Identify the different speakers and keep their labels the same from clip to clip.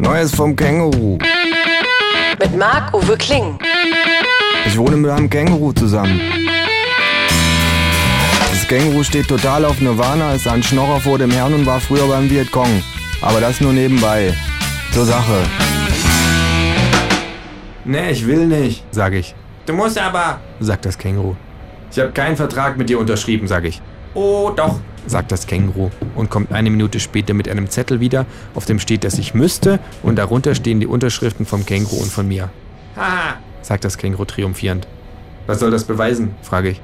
Speaker 1: Neues vom Känguru.
Speaker 2: Mit Marc-Uwe Kling.
Speaker 1: Ich wohne mit einem Känguru zusammen. Das Känguru steht total auf Nirvana, ist ein Schnorrer vor dem Herrn und war früher beim Vietcong. Aber das nur nebenbei. Zur Sache. Nee, ich will nicht, sag ich.
Speaker 3: Du musst aber,
Speaker 1: sagt das Känguru.
Speaker 3: Ich habe keinen Vertrag mit dir unterschrieben, sage ich. Oh, doch,
Speaker 1: sagt das Känguru und kommt eine Minute später mit einem Zettel wieder, auf dem steht, dass ich müsste und darunter stehen die Unterschriften vom Känguru und von mir,
Speaker 3: Haha.
Speaker 1: sagt das Känguru triumphierend.
Speaker 3: Was soll das beweisen?
Speaker 1: Frage ich.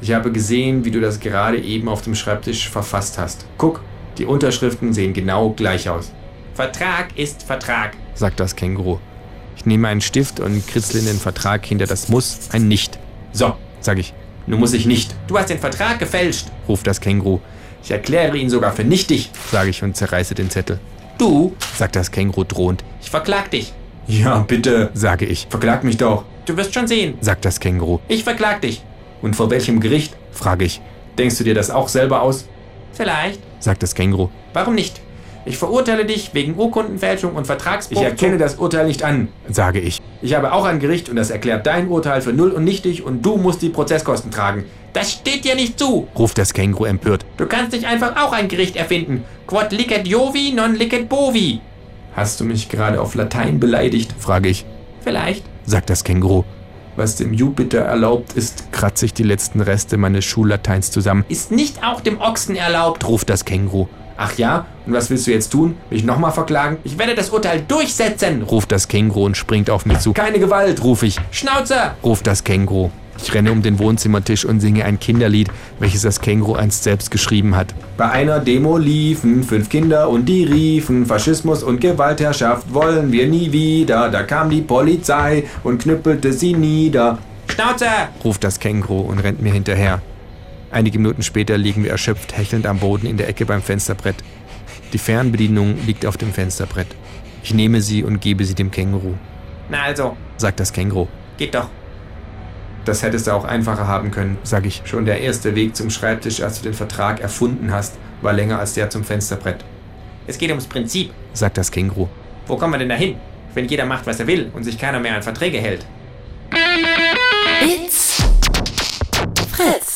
Speaker 3: Ich habe gesehen, wie du das gerade eben auf dem Schreibtisch verfasst hast. Guck, die Unterschriften sehen genau gleich aus. Vertrag ist Vertrag.
Speaker 1: sagt das Känguru. Ich nehme einen Stift und kritzle in den Vertrag hinter das Muss ein Nicht,
Speaker 3: So,
Speaker 1: sag ich,
Speaker 3: nun muss ich nicht. Du hast den Vertrag gefälscht.
Speaker 1: ruft das Känguru,
Speaker 3: Ich erkläre ihn sogar für nichtig.
Speaker 1: sage ich und zerreiße den Zettel,
Speaker 3: Du,
Speaker 1: sagt das Känguru drohend,
Speaker 3: ich verklag dich. Ja, bitte.
Speaker 1: sage ich,
Speaker 3: Verklag mich doch. Du wirst schon sehen.
Speaker 1: sagt das Känguru,
Speaker 3: Ich verklag dich. Und vor welchem Gericht?
Speaker 1: frage ich,
Speaker 3: Denkst du dir das auch selber aus? Vielleicht.
Speaker 1: sagt das Känguru,
Speaker 3: Warum nicht? Ich verurteile dich wegen Urkundenfälschung und Vertragsbruch. Ich erkenne das Urteil nicht an.
Speaker 1: sage ich,
Speaker 3: Ich habe auch ein Gericht und das erklärt dein Urteil für null und nichtig und du musst die Prozesskosten tragen. Das steht dir nicht zu.
Speaker 1: ruft das Känguru empört,
Speaker 3: Du kannst nicht einfach auch ein Gericht erfinden. Quod licet Jovi, non licet Bovi. Hast du mich gerade auf Latein beleidigt?
Speaker 1: frage ich,
Speaker 3: Vielleicht.
Speaker 1: sagt das Känguru,
Speaker 3: Was dem Jupiter erlaubt ist,
Speaker 1: kratze ich die letzten Reste meines Schullateins zusammen,
Speaker 3: ist nicht auch dem Ochsen erlaubt.
Speaker 1: ruft das Känguru,
Speaker 3: Ach ja? Und was willst du jetzt tun? Mich nochmal verklagen? Ich werde das Urteil durchsetzen.
Speaker 1: ruft das Känguru und springt auf mich zu.
Speaker 3: Keine Gewalt.
Speaker 1: Rufe ich,
Speaker 3: Schnauze!
Speaker 1: ruft das Känguru. Ich renne um den Wohnzimmertisch und singe ein Kinderlied, welches das Känguru einst selbst geschrieben hat.
Speaker 3: Bei einer Demo liefen fünf Kinder und die riefen, Faschismus und Gewaltherrschaft wollen wir nie wieder. Da kam die Polizei und knüppelte sie nieder. Schnauze!
Speaker 1: ruft das Känguru und rennt mir hinterher. Einige Minuten später liegen wir erschöpft hechelnd am Boden in der Ecke beim Fensterbrett. Die Fernbedienung liegt auf dem Fensterbrett. Ich nehme sie und gebe sie dem Känguru,
Speaker 3: Na also,
Speaker 1: sagt das Känguru,
Speaker 3: geht doch. Das hättest du auch einfacher haben können.
Speaker 1: sag ich,
Speaker 3: Schon der erste Weg zum Schreibtisch, als du den Vertrag erfunden hast, war länger als der zum Fensterbrett. Es geht ums Prinzip.
Speaker 1: sagt das Känguru,
Speaker 3: Wo kommen wir denn dahin, wenn jeder macht, was er will und sich keiner mehr an Verträge hält?
Speaker 2: It's Fritz.